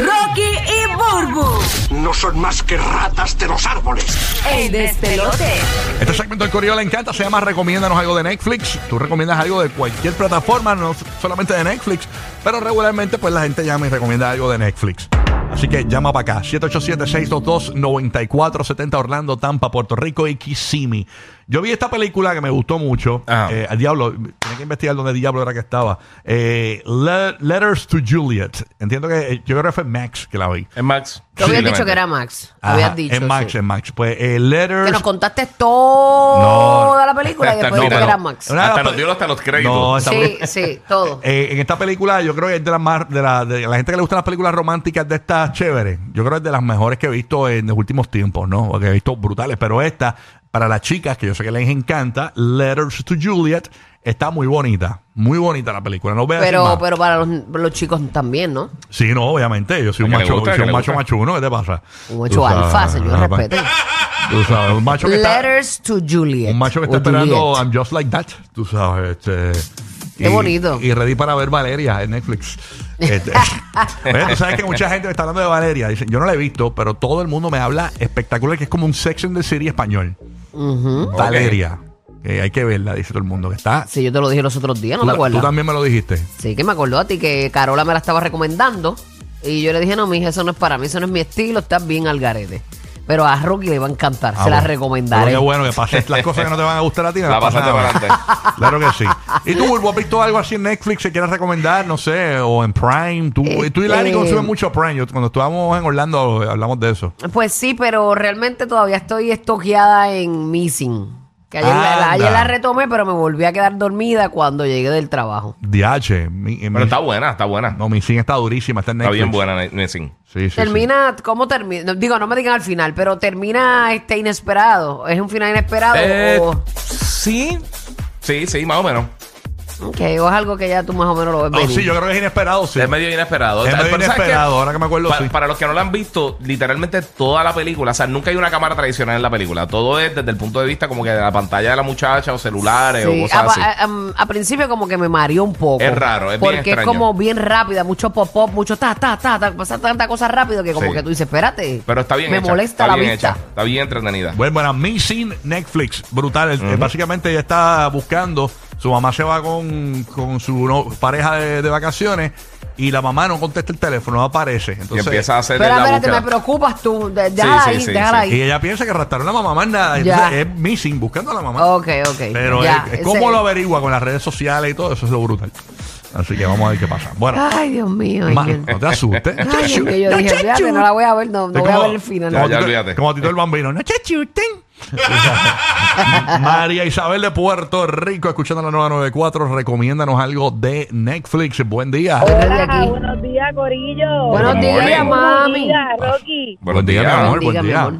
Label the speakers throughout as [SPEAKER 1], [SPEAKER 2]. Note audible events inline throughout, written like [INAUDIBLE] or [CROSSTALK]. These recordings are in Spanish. [SPEAKER 1] Rocky y Burbu,
[SPEAKER 2] No son más que ratas de los árboles.
[SPEAKER 1] el despelote.
[SPEAKER 3] Este segmento del Corillo le encanta, se llama Recomiéndanos algo de Netflix. Tú recomiendas algo de cualquier plataforma, no solamente de Netflix, pero regularmente pues la gente llama y recomienda algo de Netflix. Así que llama para acá, 787-622-9470 Orlando, Tampa, Puerto Rico y Kissimmee. Yo vi esta película que me gustó mucho.
[SPEAKER 4] Ajá.
[SPEAKER 3] Eh, al diablo, tenía que investigar dónde diablo era que estaba. Eh, Le- Letters to Juliet. Entiendo que eh, yo creo que fue Max que la vi.
[SPEAKER 4] Es Max.
[SPEAKER 5] Tú habías
[SPEAKER 4] Posiblemente.
[SPEAKER 5] dicho que era Max.
[SPEAKER 3] Ajá,
[SPEAKER 5] habías dicho.
[SPEAKER 3] En Max,
[SPEAKER 5] sí.
[SPEAKER 3] en Max. Pues eh, Letters.
[SPEAKER 5] Que nos contaste toda la película y
[SPEAKER 4] Hasta-
[SPEAKER 5] después
[SPEAKER 4] no,
[SPEAKER 5] dijiste que
[SPEAKER 4] pero-
[SPEAKER 5] era Max.
[SPEAKER 3] Una de
[SPEAKER 4] Hasta
[SPEAKER 3] las
[SPEAKER 4] los
[SPEAKER 3] pe-
[SPEAKER 4] dio hasta los créditos.
[SPEAKER 3] No, esa
[SPEAKER 5] Sí,
[SPEAKER 3] peli-
[SPEAKER 5] sí, todo.
[SPEAKER 3] Eh, en esta película, yo creo que es de las más. De la, de la gente que le gustan las películas románticas de estas chéveres. Yo creo que es de las mejores que he visto en los últimos tiempos, ¿no? Porque he visto brutales. Pero esta, para las chicas, que yo sé que les encanta, Letters to Juliet, está muy bonita. Muy bonita la película. No veas
[SPEAKER 5] Pero, pues pero para los, los chicos también, ¿no?
[SPEAKER 3] Sí, no, obviamente. Yo soy un
[SPEAKER 4] ¿A que le
[SPEAKER 3] macho,
[SPEAKER 4] gusta? ¿A
[SPEAKER 3] soy
[SPEAKER 4] que
[SPEAKER 3] un
[SPEAKER 4] le
[SPEAKER 3] macho
[SPEAKER 4] gusta?
[SPEAKER 3] machuno. ¿Qué te pasa?
[SPEAKER 5] Un macho alfa, señor,
[SPEAKER 3] ah, pa-
[SPEAKER 5] respete.
[SPEAKER 3] Tú sabes, un macho que está-
[SPEAKER 5] Letters to Juliet.
[SPEAKER 3] Un macho que está
[SPEAKER 5] o
[SPEAKER 3] esperando
[SPEAKER 5] Juliet.
[SPEAKER 3] I'm Just Like That, tú sabes. Este,
[SPEAKER 5] Qué bonito.
[SPEAKER 3] Y ready para ver Valeria
[SPEAKER 5] [LAUGHS]
[SPEAKER 3] en Netflix. Este, Oye, tú sabes que mucha gente me está hablando de Valeria. Dicen, yo no la he visto, pero todo el mundo me habla espectacular, que es como un section de serie español. Valeria. que hay que verla, dice todo el mundo. Que está.
[SPEAKER 5] Sí, yo te lo dije los otros días, ¿no
[SPEAKER 3] tú,
[SPEAKER 5] te
[SPEAKER 3] ta- tú
[SPEAKER 5] acuerdas?
[SPEAKER 3] también me lo dijiste.
[SPEAKER 5] Sí, que me acordó a ti que Carola me la estaba recomendando. Y yo le dije, no, mija, eso no es para mí, eso no es mi estilo, estás bien al garete. Pero a Rocky le va a encantar,
[SPEAKER 3] Ah,
[SPEAKER 5] se la
[SPEAKER 3] bueno.
[SPEAKER 5] recomendaré.
[SPEAKER 3] Pero Qué bueno que pases las cosas que no te van a gustar a ti. no
[SPEAKER 4] La
[SPEAKER 3] les pasa
[SPEAKER 4] pasaste
[SPEAKER 3] nada.
[SPEAKER 4] para
[SPEAKER 3] Claro que sí. ¿Y tú, Bulbo, has visto algo así en Netflix que quieras recomendar? No sé, o en Prime. Tú, eh,
[SPEAKER 5] Este-
[SPEAKER 3] tú y Lani consumen mucho Prime. Yo- cuando estábamos en Orlando hablamos de eso.
[SPEAKER 5] Pues sí, pero realmente todavía estoy estoqueada en Missing. Que ayer, la, la- ayer
[SPEAKER 3] Anda.
[SPEAKER 5] la retomé, pero me volví a quedar dormida cuando llegué del trabajo.
[SPEAKER 3] DH. Mi,
[SPEAKER 4] Pero está buena, está buena.
[SPEAKER 3] No, mi sin está durísima. Está en
[SPEAKER 4] está
[SPEAKER 3] Netflix.
[SPEAKER 4] bien buena, Nessin.
[SPEAKER 3] Sí, sí,
[SPEAKER 5] termina, ¿cómo termina? No, Digo, no me digan al final, pero termina este inesperado. ¿Es un final inesperado
[SPEAKER 4] Eh,
[SPEAKER 5] o,
[SPEAKER 4] Sí. Sí, sí, más o menos.
[SPEAKER 5] ok, o es algo que ya tú más o menos lo
[SPEAKER 4] Ah,
[SPEAKER 5] ves
[SPEAKER 3] sí. Oh,
[SPEAKER 5] venir?
[SPEAKER 3] sí, yo creo que es inesperado, sí.
[SPEAKER 4] Es medio
[SPEAKER 3] Es
[SPEAKER 4] inesperado. O sea,
[SPEAKER 3] medio
[SPEAKER 4] pero ¿sabes qué?
[SPEAKER 3] inesperado, ahora que me acuerdo,
[SPEAKER 4] Pa-
[SPEAKER 3] sí.
[SPEAKER 4] Para los que no lo han visto, literalmente toda la película, o sea, nunca hay una cámara tradicional en la película. Todo es desde el punto de vista como que de la pantalla de la muchacha o celulares
[SPEAKER 5] Sí, Ah, pues,
[SPEAKER 4] o
[SPEAKER 5] a,
[SPEAKER 4] cosas así.
[SPEAKER 5] a- am- a em, principio como que me mareó un poco.
[SPEAKER 4] Es raro, es bien
[SPEAKER 5] Porque es
[SPEAKER 4] extraño.
[SPEAKER 5] como bien rápida, mucho pop-up, mucho ta, ta, ta, ta, pasa tanta cosa rápido que como
[SPEAKER 4] Sí.
[SPEAKER 5] que tú dices, espérate.
[SPEAKER 4] Pero está bien
[SPEAKER 5] Me
[SPEAKER 4] hecha,
[SPEAKER 5] molesta
[SPEAKER 4] está
[SPEAKER 5] la
[SPEAKER 4] bien
[SPEAKER 5] vista.
[SPEAKER 4] hecha, está bien entretenida.
[SPEAKER 3] Bueno, bueno, mi sin Netflix. Brutal. El- eh, Básicamente ella está buscando. Su mamá se va con, con su no- pareja de, de vacaciones y la mamá no contesta el teléfono, no aparece.
[SPEAKER 4] y
[SPEAKER 3] Entonces,
[SPEAKER 4] empieza a hacer
[SPEAKER 5] Pero
[SPEAKER 4] la
[SPEAKER 5] espérate,
[SPEAKER 4] búsqueda.
[SPEAKER 5] me preocupas tú. De-
[SPEAKER 4] Sí,
[SPEAKER 5] Déjala
[SPEAKER 4] sí,
[SPEAKER 5] ahí,
[SPEAKER 4] sí,
[SPEAKER 5] déjala
[SPEAKER 4] sí.
[SPEAKER 5] ahí.
[SPEAKER 3] Y ella piensa que raptaron a la mamá, más nada.
[SPEAKER 5] Ya.
[SPEAKER 3] Entonces, es missing, buscando a la mamá.
[SPEAKER 5] Ok, ok.
[SPEAKER 3] Pero
[SPEAKER 5] Ya,
[SPEAKER 3] es- es
[SPEAKER 5] ese-
[SPEAKER 3] cómo lo averigua con las redes sociales y todo eso es lo brutal. Así que vamos a ver qué pasa. Bueno,
[SPEAKER 5] Ay, Dios mío.
[SPEAKER 3] ma-
[SPEAKER 5] señor.
[SPEAKER 3] no te asustes.
[SPEAKER 5] Ay, es que yo dije, fíjate, no la voy a ver, no, no
[SPEAKER 3] Es
[SPEAKER 5] voy a
[SPEAKER 3] como-
[SPEAKER 5] ver el final.
[SPEAKER 4] Ya, ya,
[SPEAKER 3] Tito-
[SPEAKER 4] olvídate.
[SPEAKER 3] Como Tito el Bambino. No te asustes. [LAUGHS] María Isabel de Puerto Rico, escuchando la 994, recomiéndanos algo de Netflix. Buen día.
[SPEAKER 5] Desde aquí.
[SPEAKER 6] buenos días, Corillo.
[SPEAKER 5] Buenos
[SPEAKER 4] Good
[SPEAKER 5] días,
[SPEAKER 4] morning.
[SPEAKER 5] mami.
[SPEAKER 6] días, Rocky.
[SPEAKER 4] Buenos días, mi amor.
[SPEAKER 3] buen
[SPEAKER 5] Bendiga, mi
[SPEAKER 3] día.
[SPEAKER 5] amor.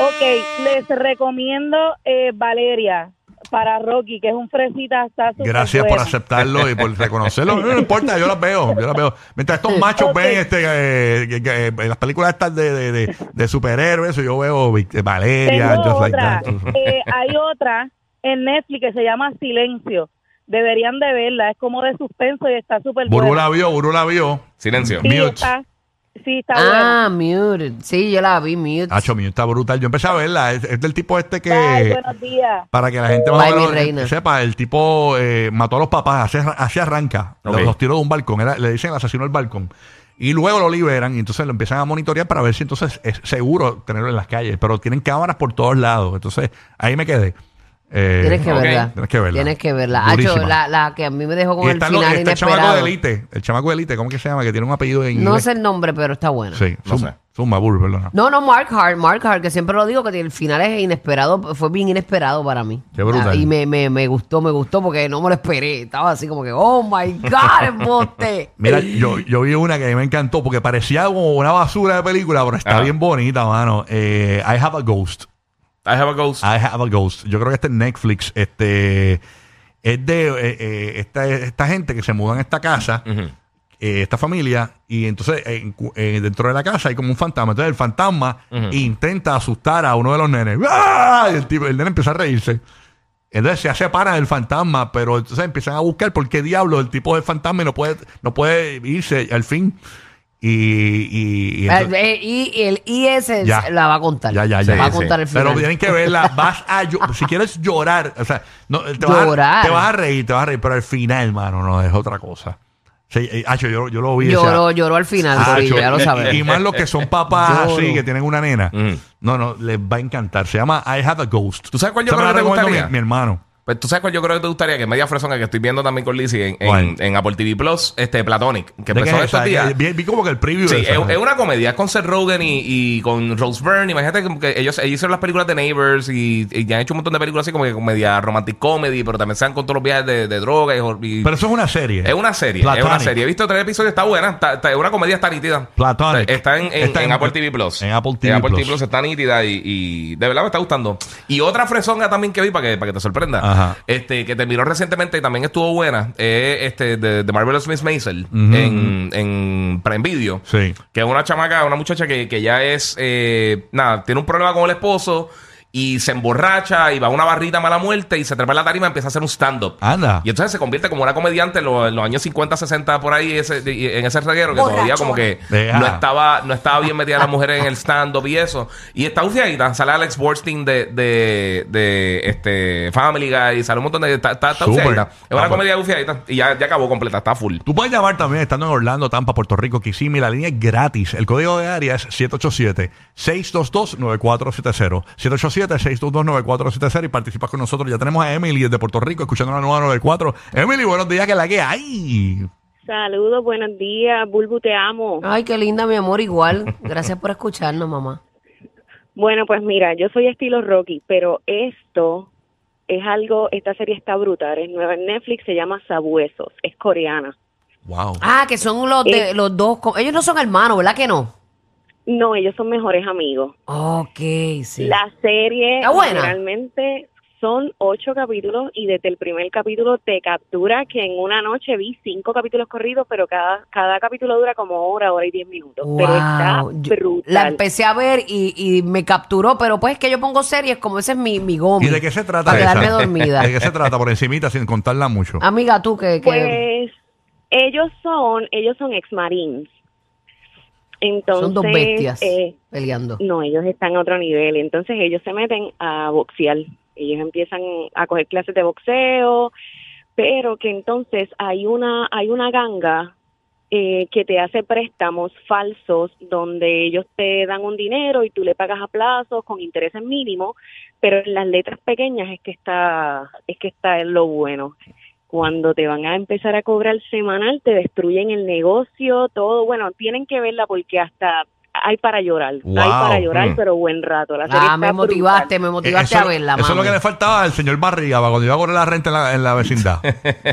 [SPEAKER 6] Ok, les recomiendo eh, Valeria para Rocky, que es un fresita hasta su
[SPEAKER 3] Gracias por aceptarlo y por
[SPEAKER 6] [LAUGHS]
[SPEAKER 3] reconocerlo. No, no importa, yo las veo, yo las veo. Mientras estos machos
[SPEAKER 6] Ok.
[SPEAKER 3] ven este, eh, que- que, eh, las películas estas de, de, de, de superhéroes, eso yo veo Vic- eh, Valeria,
[SPEAKER 6] Tengo
[SPEAKER 3] Just Like
[SPEAKER 6] otra.
[SPEAKER 3] That, todo eso.
[SPEAKER 6] Eh, hay otra en Netflix que se llama Silencio. Deberían de verla, es como de suspenso y está súper
[SPEAKER 3] Burbu
[SPEAKER 6] buena.
[SPEAKER 3] la vio, Burbu la vio.
[SPEAKER 4] Silencio.
[SPEAKER 6] Sí,
[SPEAKER 3] Mute.
[SPEAKER 6] está, sí, está buena.
[SPEAKER 5] Ah, muted. Sí, yo la vi, muted.
[SPEAKER 3] Hacho mío, está brutal. Yo empecé a verla. Es, es del tipo este que.
[SPEAKER 6] Bye, buenos días.
[SPEAKER 3] Para que la gente más o
[SPEAKER 5] Bye, mi
[SPEAKER 3] menos
[SPEAKER 5] reina.
[SPEAKER 3] sepa, el tipo eh, mató a los papás, así, arra- así arranca,
[SPEAKER 4] Ok.
[SPEAKER 3] los, los tiró de un balcón, Era- le dicen el asesino del balcón. Y luego lo liberan y entonces lo empiezan a monitorear para ver si entonces es seguro tenerlo en las calles, pero tienen cámaras por todos lados. Entonces ahí me quedé. Eh,
[SPEAKER 5] Tienes que
[SPEAKER 4] ok.
[SPEAKER 5] verla.
[SPEAKER 3] Tienes que verla.
[SPEAKER 5] Tienes que verla.
[SPEAKER 3] Durísima.
[SPEAKER 5] Acho, la, la que a mí me dejó con
[SPEAKER 3] Y
[SPEAKER 5] el
[SPEAKER 3] está, lo-
[SPEAKER 5] final
[SPEAKER 3] está el chamaco
[SPEAKER 5] inesperado.
[SPEAKER 3] de Elite. El chamaco de Elite, ¿cómo que se llama? Que tiene un apellido en
[SPEAKER 5] no
[SPEAKER 3] inglés.
[SPEAKER 5] sé el nombre, pero está buena.
[SPEAKER 3] Sí,
[SPEAKER 4] No
[SPEAKER 3] Zumba-
[SPEAKER 4] sé.
[SPEAKER 3] Zumba Burr, perdona.
[SPEAKER 5] No, no, Mark Hart, Mark Hart, que siempre lo digo, que el final es inesperado, fue bien inesperado para mí.
[SPEAKER 3] Qué brutal.
[SPEAKER 5] Ah, Y me, me, me gustó, me gustó porque no me lo esperé. Estaba así como que, oh my God, embuste.
[SPEAKER 3] Mira, yo, yo vi una que a mí me encantó porque parecía como una basura de película, pero está
[SPEAKER 4] Ajá.
[SPEAKER 3] bien bonita, mano. Eh, I Have a Ghost.
[SPEAKER 4] I have a ghost.
[SPEAKER 3] I Have a Ghost. Yo creo que este es Netflix. Este es de eh, eh, esta, esta gente que se mudan a esta casa, eh, esta familia, y entonces eh, en cu- eh, dentro de la casa hay como un fantasma. Entonces el fantasma intenta asustar a uno de los nenes. ¡Ah! Y El, tipo- el nene empieza a reírse. Entonces se hace pana del fantasma, pero entonces empiezan a buscar por qué diablo el tipo es fantasma y no puede, no puede irse al fin. Y, [LAUGHS] y- y
[SPEAKER 5] Ah,
[SPEAKER 3] entonces-
[SPEAKER 5] eh, y, y el IS
[SPEAKER 3] Ya.
[SPEAKER 5] la va a contar.
[SPEAKER 3] ya, ya,
[SPEAKER 5] Se
[SPEAKER 3] ya.
[SPEAKER 5] Va a
[SPEAKER 4] Sí,
[SPEAKER 5] contar
[SPEAKER 4] sí.
[SPEAKER 5] el final.
[SPEAKER 3] Pero tienen que verla. Vas
[SPEAKER 5] [LAUGHS]
[SPEAKER 3] a llo- si quieres llorar, o sea, no, te, vas a-
[SPEAKER 5] Llorar.
[SPEAKER 3] te vas a reír, te vas a reír, pero al final, mano, no es otra cosa. Sí, eh, Hacho, yo, yo lo vi. o sea,
[SPEAKER 5] Lloró, lloró al final,
[SPEAKER 3] Hacho,
[SPEAKER 5] Corillo, ya lo
[SPEAKER 3] y-
[SPEAKER 5] sabes.
[SPEAKER 3] Ah, eh, Y, más los que son
[SPEAKER 5] [LAUGHS]
[SPEAKER 3] papás
[SPEAKER 5] Lloro.
[SPEAKER 3] así, que tienen una nena.
[SPEAKER 4] Ujú.
[SPEAKER 3] No, no, les va a encantar. Se llama I Have a Ghost.
[SPEAKER 4] Mm. ¿Tú sabes cuál yo
[SPEAKER 3] Se me
[SPEAKER 4] creo
[SPEAKER 3] la
[SPEAKER 4] que te
[SPEAKER 3] recomendó
[SPEAKER 4] gustaría?
[SPEAKER 3] Mi, mi hermano.
[SPEAKER 4] Pues tú sabes cuál yo creo que te gustaría, que es media fresona que estoy viendo también con Lizzie en,
[SPEAKER 3] ¿Cuál?
[SPEAKER 4] en, en Apple TV Plus, este Platonic, que
[SPEAKER 3] ¿De qué
[SPEAKER 4] empezó
[SPEAKER 3] es
[SPEAKER 4] estos
[SPEAKER 3] esa?
[SPEAKER 4] días.
[SPEAKER 3] Que- Vi, vi como que el preview.
[SPEAKER 4] Sí,
[SPEAKER 3] de
[SPEAKER 4] es,
[SPEAKER 3] esa.
[SPEAKER 4] es una comedia es con Seth Rogen y, y con Rose Byrne. Imagínate que, que ellos, ellos hicieron las películas de Neighbors y, y ya han hecho un montón de películas así como que comedia romantic comedy, pero también se han con todos los viajes de, de droga y, y-
[SPEAKER 3] Pero eso es una serie.
[SPEAKER 4] es una serie,
[SPEAKER 3] Platonic.
[SPEAKER 4] es una serie. He visto tres episodios, está buena, está, está- es una comedia está nítida.
[SPEAKER 3] Platonic.
[SPEAKER 4] Está en, en-
[SPEAKER 3] Está
[SPEAKER 4] en
[SPEAKER 3] en-
[SPEAKER 4] Apple TV Plus.
[SPEAKER 3] en Apple TV Plus.
[SPEAKER 4] está nítida y, y de verdad me está gustando. Y otra fresonga también que vi para que, para que te sorprenda.
[SPEAKER 3] Ajá.
[SPEAKER 4] Este, que terminó recientemente y también estuvo buena. eh, este, de, de Marvelous Miss Maisel en, en Prime Video.
[SPEAKER 3] Sí.
[SPEAKER 4] Que es una chamaca, una muchacha que, que ya es, eh, nada, tiene un problema con el esposo y se emborracha y va a una barrita a mala muerte y se trepa en la tarima y empieza a hacer un stand-up.
[SPEAKER 3] Anda.
[SPEAKER 4] Y entonces se convierte como una comediante en los, en los años 50, 60, por ahí, ese- de- en ese reguero que todavía como que
[SPEAKER 3] Deja.
[SPEAKER 4] no estaba, no estaba bien metida las mujeres en el stand-up y eso. Y está bufiadita. Sale Alex Borstein de, de, de, este, Family Guy, sale un montón de... Está, está, está
[SPEAKER 3] Súper.
[SPEAKER 4] bufiadita. Es una
[SPEAKER 3] Ah, pues.
[SPEAKER 4] comedia bufiadita y ya, ya acabó completa, está full.
[SPEAKER 3] Tú puedes llamar también, estando en Orlando, Tampa, Puerto Rico, Kissimmee. La línea es gratis. El código de área es 787-622-9470. 787-622-9470 y participas con nosotros. Ya tenemos a Emily desde Puerto Rico escuchando la nueva 94. Emily, buenos días, que la que hay.
[SPEAKER 6] Saludos, buenos días, Bulbu, te amo.
[SPEAKER 5] Ay, qué linda, mi amor, igual. Gracias por escucharnos, mamá.
[SPEAKER 6] Bueno, pues mira, yo soy estilo Rocky, pero esto es algo, esta serie está brutal, es nueva en Netflix, se llama Sabuesos, es coreana.
[SPEAKER 3] Wow.
[SPEAKER 5] Ah, que son los, de,
[SPEAKER 6] Eh.
[SPEAKER 5] los dos. co- Ellos no son hermanos, ¿verdad que no?
[SPEAKER 6] No, ellos son mejores amigos.
[SPEAKER 5] Ok, sí.
[SPEAKER 6] La serie
[SPEAKER 5] Está buena.
[SPEAKER 6] realmente son ocho capítulos y desde el primer capítulo te captura que en una noche vi cinco capítulos corridos, pero cada, cada capítulo dura como hora, hora y diez minutos. Pero está
[SPEAKER 5] Wow. Yo la
[SPEAKER 6] brutal.
[SPEAKER 5] empecé a ver y, y me capturó, pero pues es que yo pongo series como ese es mi, mi gomi.
[SPEAKER 3] ¿Y de qué se trata
[SPEAKER 5] Para
[SPEAKER 3] esa?
[SPEAKER 5] quedarme dormida.
[SPEAKER 3] [LAUGHS] ¿De qué se trata? Por encimita, sin contarla mucho.
[SPEAKER 5] Amiga, tú que... que-
[SPEAKER 6] Pues ellos son, ellos son ex marines. Entonces,
[SPEAKER 5] son dos bestias
[SPEAKER 6] eh,
[SPEAKER 5] peleando.
[SPEAKER 6] no, ellos están a otro nivel. Entonces ellos se meten a boxear. Ellos empiezan a coger clases de boxeo, pero que entonces hay una, hay una ganga eh, que te hace préstamos falsos donde ellos te dan un dinero y tú le pagas a plazos con intereses mínimos, pero en las letras pequeñas es que está, es que está lo bueno. Cuando te van a empezar a cobrar semanal, te destruyen el negocio, todo. Bueno, tienen que verla porque hasta hay para llorar.
[SPEAKER 3] Wow.
[SPEAKER 6] Hay para llorar,
[SPEAKER 4] Mm.
[SPEAKER 6] pero buen rato. La serie
[SPEAKER 5] Ah,
[SPEAKER 6] está
[SPEAKER 5] me
[SPEAKER 6] brutal.
[SPEAKER 5] motivaste, me motivaste
[SPEAKER 3] Eh,
[SPEAKER 5] a verla,
[SPEAKER 3] eso es lo
[SPEAKER 5] mami.
[SPEAKER 3] que le faltaba al señor Barriga para cuando iba a cobrar la renta en la, en la
[SPEAKER 4] [LAUGHS]
[SPEAKER 3] vecindad. O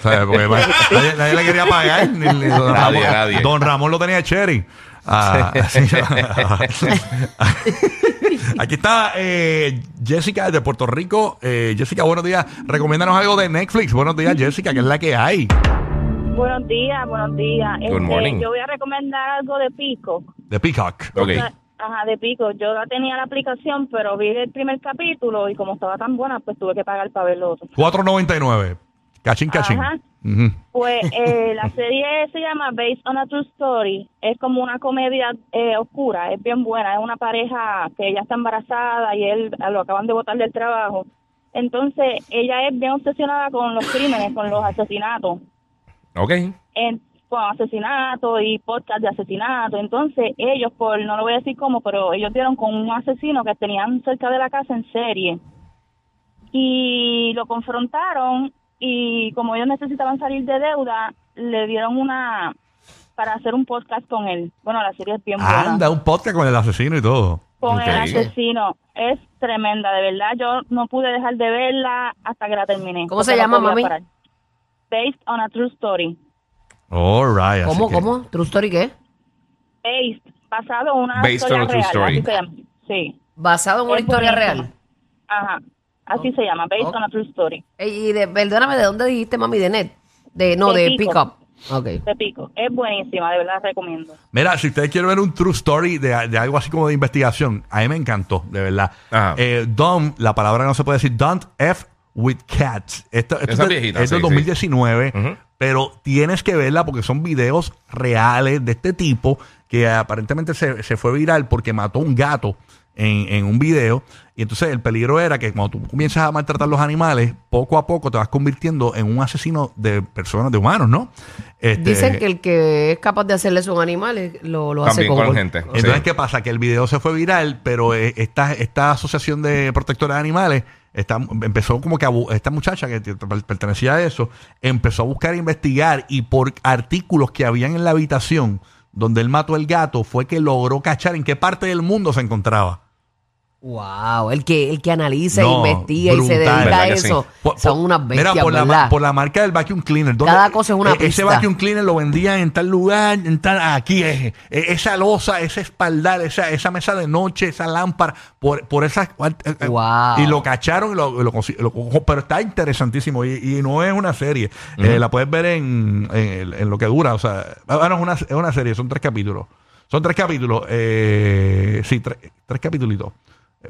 [SPEAKER 3] sea, porque pues, nadie, nadie le quería pagar. ni- ni don,
[SPEAKER 4] Nadie,
[SPEAKER 3] Ramón,
[SPEAKER 4] nadie.
[SPEAKER 3] don Ramón lo tenía de cherry. Ah, sí. [LAUGHS] Aquí está eh, Jessica de Puerto Rico. Eh, Jessica, buenos días. Recomiéndanos algo de Netflix. Buenos días, Jessica, que es la que hay.
[SPEAKER 7] Buenos días, buenos días.
[SPEAKER 6] Este,
[SPEAKER 4] Good morning.
[SPEAKER 7] Yo voy a recomendar algo de Pico.
[SPEAKER 3] De Peacock.
[SPEAKER 4] Ok.
[SPEAKER 7] Ajá, de Pico. Yo la tenía la aplicación, pero vi el primer capítulo y como estaba tan buena, pues tuve que pagar para verlo otro.
[SPEAKER 3] 4.99. Cachín, cachín.
[SPEAKER 7] Ajá.
[SPEAKER 3] Ujú.
[SPEAKER 7] Pues eh, la serie se llama Based on a True Story. Es como una comedia eh, oscura, es bien buena. Es una pareja que ella está embarazada y él eh, lo acaban de botar del trabajo. Entonces, ella es bien obsesionada con los crímenes, con los asesinatos.
[SPEAKER 4] Ok.
[SPEAKER 7] en, con asesinato y podcast de asesinato. Entonces ellos, por no lo voy a decir cómo, pero ellos dieron con un asesino que tenían cerca de la casa en serie. y lo confrontaron y como ellos necesitaban salir de deuda, le dieron una para hacer un podcast con él. Bueno, la serie es bien buena.
[SPEAKER 3] Anda, un podcast con el asesino y todo.
[SPEAKER 7] Con el
[SPEAKER 4] Ok.
[SPEAKER 7] asesino. Es tremenda, de verdad. Yo no pude dejar de verla hasta que la terminé.
[SPEAKER 5] ¿Cómo se
[SPEAKER 7] porque no
[SPEAKER 5] llama,
[SPEAKER 7] podía
[SPEAKER 5] mami?
[SPEAKER 7] parar. Based on a true story.
[SPEAKER 3] All right. así
[SPEAKER 5] ¿Cómo,
[SPEAKER 3] que-
[SPEAKER 5] cómo? ¿True story qué?
[SPEAKER 7] Based, basado en una
[SPEAKER 4] Based
[SPEAKER 7] historia
[SPEAKER 4] on a true
[SPEAKER 7] real.
[SPEAKER 4] story.
[SPEAKER 7] así se llama. Sí.
[SPEAKER 5] Basado en una
[SPEAKER 7] Es
[SPEAKER 5] historia
[SPEAKER 7] buenísima.
[SPEAKER 5] real.
[SPEAKER 7] Ajey, Así se llama, Based
[SPEAKER 5] Ok.
[SPEAKER 7] on a True Story,
[SPEAKER 5] Ey, y de, perdóname, ¿de dónde dijiste, mami? ¿De net? De, no,
[SPEAKER 7] De
[SPEAKER 5] de,
[SPEAKER 7] Pico.
[SPEAKER 5] pick up.
[SPEAKER 3] Este,
[SPEAKER 5] Ok.
[SPEAKER 7] de pico. Es buenísima, de verdad la recomiendo.
[SPEAKER 3] Mira, si ustedes quieren ver un true story de, de algo así como de investigación, a mí me encantó, de verdad.
[SPEAKER 4] Ajá.
[SPEAKER 3] Eh, dumb, la palabra no se puede decir, don't F with cats. Esto, esto
[SPEAKER 4] Esa
[SPEAKER 3] es de-
[SPEAKER 4] viejita,
[SPEAKER 3] es del
[SPEAKER 4] sí,
[SPEAKER 3] 2019,
[SPEAKER 4] sí. Ujú.
[SPEAKER 3] pero tienes que verla porque son videos reales de este tipo que aparentemente se, se fue viral porque mató un gato en, en un video. Y entonces el peligro era que cuando tú comienzas a maltratar los animales, poco a poco te vas convirtiendo en un asesino de personas, de humanos, ¿no? Este,
[SPEAKER 5] Dicen que el que es capaz de hacerle eso a un animal eh, lo, lo hace
[SPEAKER 4] También
[SPEAKER 5] con,
[SPEAKER 4] con gente.
[SPEAKER 3] Entonces,
[SPEAKER 4] Sí.
[SPEAKER 3] ¿qué pasa? Que el video se fue viral, pero eh, esta, esta asociación de protectores de animales está, empezó como que a bu- esta muchacha que te- per- pertenecía a eso, empezó a buscar e investigar y por artículos que habían en la habitación donde él mató el gato fue que logró cachar en qué parte del mundo se encontraba.
[SPEAKER 5] Wow, el que, el que analiza, e
[SPEAKER 3] No,
[SPEAKER 5] investiga y se
[SPEAKER 3] brutal.
[SPEAKER 5] dedica a
[SPEAKER 4] ¿Verdad que sí?
[SPEAKER 5] eso
[SPEAKER 3] Por-
[SPEAKER 5] son
[SPEAKER 3] por-
[SPEAKER 5] unas bestias,
[SPEAKER 3] Mira, por la,
[SPEAKER 5] ¿verdad?
[SPEAKER 3] ma- por la marca del vacuum cleaner. ¿dónde-
[SPEAKER 5] Cada cosa es una
[SPEAKER 3] e- Ese
[SPEAKER 5] pista.
[SPEAKER 3] vacuum cleaner lo vendían en tal lugar, en tal, aquí es. e- Esa losa, ese espaldar, esa, esa mesa de noche, esa lámpara, por, por esas... eh, eh,
[SPEAKER 5] Wow.
[SPEAKER 3] Y lo cacharon y lo, lo consi- lo- ojo, pero está interesantísimo y, y no es una serie. Eh, la puedes ver en, en- en lo que dura. O sea, bueno, es una, es una serie, son tres capítulos. Son tres capítulos. eh, sí, tres, tres capítulos.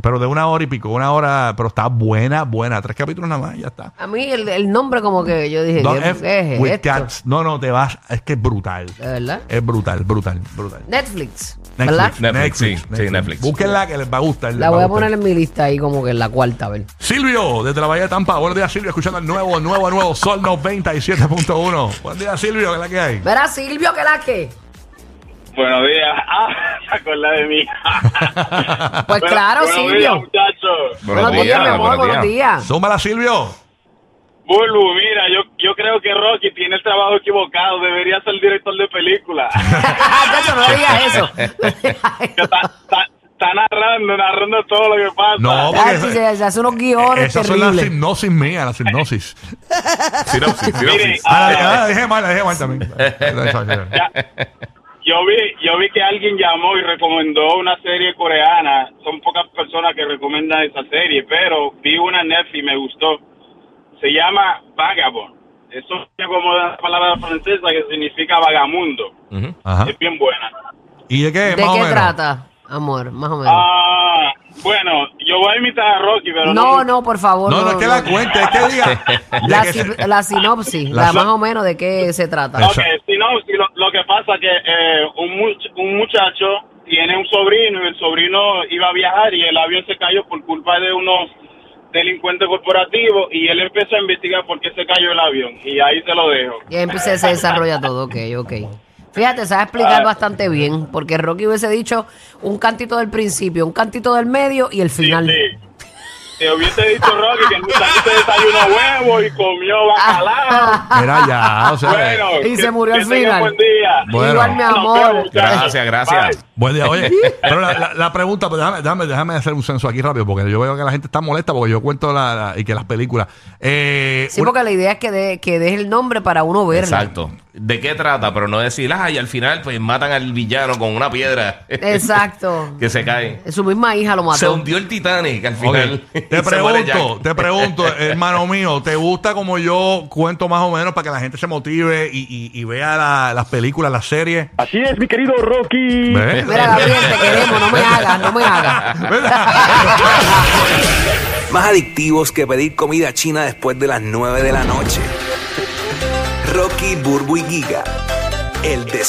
[SPEAKER 3] Pero de una hora y pico, una hora, pero está buena, buena. Tres capítulos nada más, y ya está.
[SPEAKER 5] A mí el, el nombre como que yo dije,
[SPEAKER 3] Don't
[SPEAKER 5] ¿qué
[SPEAKER 3] F
[SPEAKER 5] es
[SPEAKER 3] with Eh,
[SPEAKER 5] esto?
[SPEAKER 3] cats. No, no, te vas. Es que es brutal.
[SPEAKER 5] ¿De verdad?
[SPEAKER 3] Es brutal, brutal, brutal.
[SPEAKER 5] Netflix, ¿verdad?
[SPEAKER 4] Netflix, sí, sí, Netflix.
[SPEAKER 3] Búsquenla que les va a gustar. les
[SPEAKER 5] La
[SPEAKER 3] va
[SPEAKER 5] voy a
[SPEAKER 3] gustar.
[SPEAKER 5] poner en mi lista ahí como que en la cuarta, a ver.
[SPEAKER 3] Silvio, desde la Bahía de Tampa. Buenos días, Silvio. Escuchando el nuevo, nuevo, nuevo Sol 97.1. Buenos días, Silvio. ¿Qué es la que hay?
[SPEAKER 5] Verá, Silvio, que la que.
[SPEAKER 8] Buenos días. Ah, [LAUGHS] se acuerda de mí.
[SPEAKER 5] Pues claro,
[SPEAKER 8] buenos
[SPEAKER 5] Silvio.
[SPEAKER 8] días, muchachos.
[SPEAKER 5] Buenos días, mi amor, buenos días.
[SPEAKER 3] Súmala, Silvio.
[SPEAKER 8] Bulbu, mira, yo, yo creo que Rocky tiene el trabajo equivocado. Debería ser director de
[SPEAKER 5] [LAUGHS]
[SPEAKER 8] película.
[SPEAKER 5] Chacho, no digas
[SPEAKER 3] [LAUGHS]
[SPEAKER 5] eso.
[SPEAKER 8] Que está, está- está narrando, narrando todo lo que pasa.
[SPEAKER 3] No,
[SPEAKER 5] Chacho,
[SPEAKER 3] porque-
[SPEAKER 5] se, se hace unos guiones
[SPEAKER 3] Eh, Esas son las
[SPEAKER 5] terribles.
[SPEAKER 3] hipnosis mías, las hipnosis.
[SPEAKER 4] Sinopsis,
[SPEAKER 8] Miren,
[SPEAKER 4] sinopsis.
[SPEAKER 3] Ah,
[SPEAKER 8] ah,
[SPEAKER 3] la- ah, dejé mal, la dejé mal también.
[SPEAKER 8] ya- yo vi, yo vi que alguien llamó y recomendó una serie coreana. Son pocas personas que recomiendan esa serie, pero vi una en Netflix y me gustó. Se llama Vagabond. Eso es como la palabra francesa que significa vagamundo.
[SPEAKER 4] Ujú.
[SPEAKER 3] Ajá.
[SPEAKER 8] Es bien buena.
[SPEAKER 3] ¿Y de qué?
[SPEAKER 5] ¿De
[SPEAKER 3] más o
[SPEAKER 5] qué
[SPEAKER 3] menos?
[SPEAKER 5] trata, amor? Más o menos.
[SPEAKER 8] Ah, bueno, yo voy a imitar a Rocky, pero
[SPEAKER 5] No, no, por favor.
[SPEAKER 3] No, no es que la cuente, es que diga. [LAUGHS]
[SPEAKER 5] La,
[SPEAKER 3] de que
[SPEAKER 5] si-
[SPEAKER 3] se-
[SPEAKER 5] la sinopsis,
[SPEAKER 3] La
[SPEAKER 5] la,
[SPEAKER 3] so-
[SPEAKER 5] más o menos de qué se trata.
[SPEAKER 8] Ok, si no, si lo, lo que pasa que eh, un, much- un muchacho tiene un sobrino y el sobrino iba a viajar y el avión se cayó por culpa de unos delincuentes corporativos y él empezó a investigar por qué se cayó el avión y ahí se lo dejo.
[SPEAKER 5] Y ahí empieza- se desarrolla todo, ok, ok. Fíjate, sabe explicar bastante bien, porque Rocky hubiese dicho un cantito del principio, un cantito del medio y el final.
[SPEAKER 8] Sí. Te hubiese dicho Rocky que el muchacho se desayunó huevo y comió
[SPEAKER 5] [LAUGHS]
[SPEAKER 8] bacalao.
[SPEAKER 3] Mira ya, o sea.
[SPEAKER 8] Bueno,
[SPEAKER 5] Y
[SPEAKER 8] que-
[SPEAKER 5] se murió
[SPEAKER 8] que
[SPEAKER 5] al
[SPEAKER 8] tengan
[SPEAKER 5] final.
[SPEAKER 8] Buen día.
[SPEAKER 3] Bueno.
[SPEAKER 5] Igual, mi
[SPEAKER 8] Nos vemos,
[SPEAKER 5] amor.
[SPEAKER 8] muchachos.
[SPEAKER 4] Gracias, gracias.
[SPEAKER 8] Bye.
[SPEAKER 3] Buen día, oye. Pero la, la- la pregunta, pues, déjame, déjame, déjame hacer un censo aquí rápido, porque yo veo que la gente está molesta porque yo cuento la, la- y que las películas. Eh,
[SPEAKER 5] Sí,
[SPEAKER 3] una-
[SPEAKER 5] porque la idea es que de- que deje el nombre para uno verlo.
[SPEAKER 4] Exacto. ¿De qué trata? Pero no decir, ay, al final pues matan al villano con una piedra.
[SPEAKER 5] Exacto.
[SPEAKER 4] [LAUGHS] que se cae.
[SPEAKER 5] Su misma hija lo
[SPEAKER 4] Se
[SPEAKER 5] mató.
[SPEAKER 4] hundió el Titanic al
[SPEAKER 3] Ok.
[SPEAKER 4] final.
[SPEAKER 3] Te
[SPEAKER 4] [LAUGHS] Y se muere
[SPEAKER 3] pregunto,
[SPEAKER 4] Jack.
[SPEAKER 3] te
[SPEAKER 4] [LAUGHS]
[SPEAKER 3] pregunto, hermano mío, ¿te gusta como yo cuento más o menos para que la gente se motive y, y- y vea la- las películas, las series?
[SPEAKER 9] Así es, mi querido Rocky.
[SPEAKER 3] ¿Ves?
[SPEAKER 5] Mira, Gabriel, te queremos, no me hagas, no me hagas.
[SPEAKER 3] [LAUGHS]
[SPEAKER 10] Más adictivos que pedir comida china después de las 9 de la noche. Rocky, Burbu y Giga. El despertador.